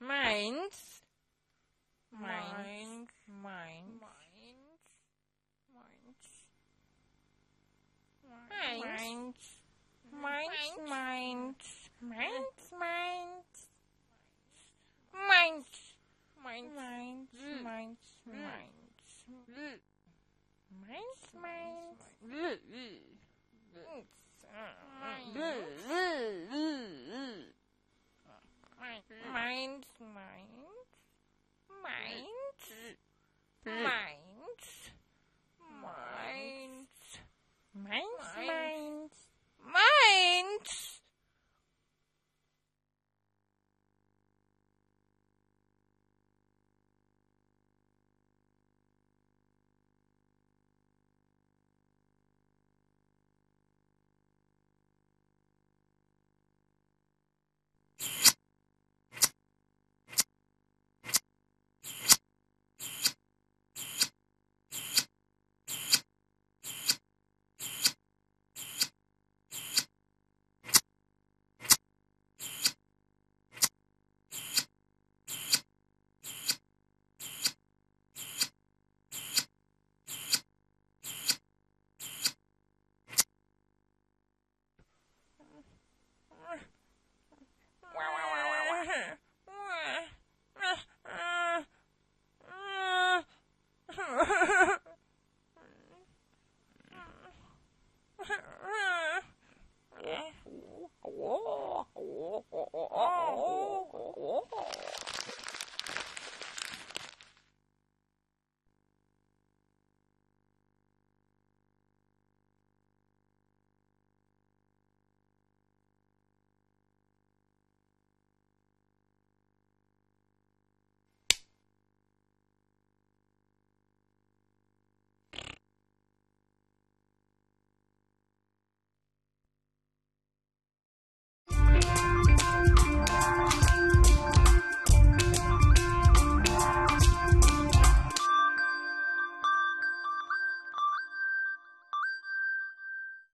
Minds. Minds. Minds. Minds. Minds. Minds. Minds. Minds. Minds. Minds. Minds. Minds. Minds. Mm. Minds. Mm. Minds. Minds. Minds. Minds. Minds. Minds. Hmm. Minds. Minds. Minds. Minds.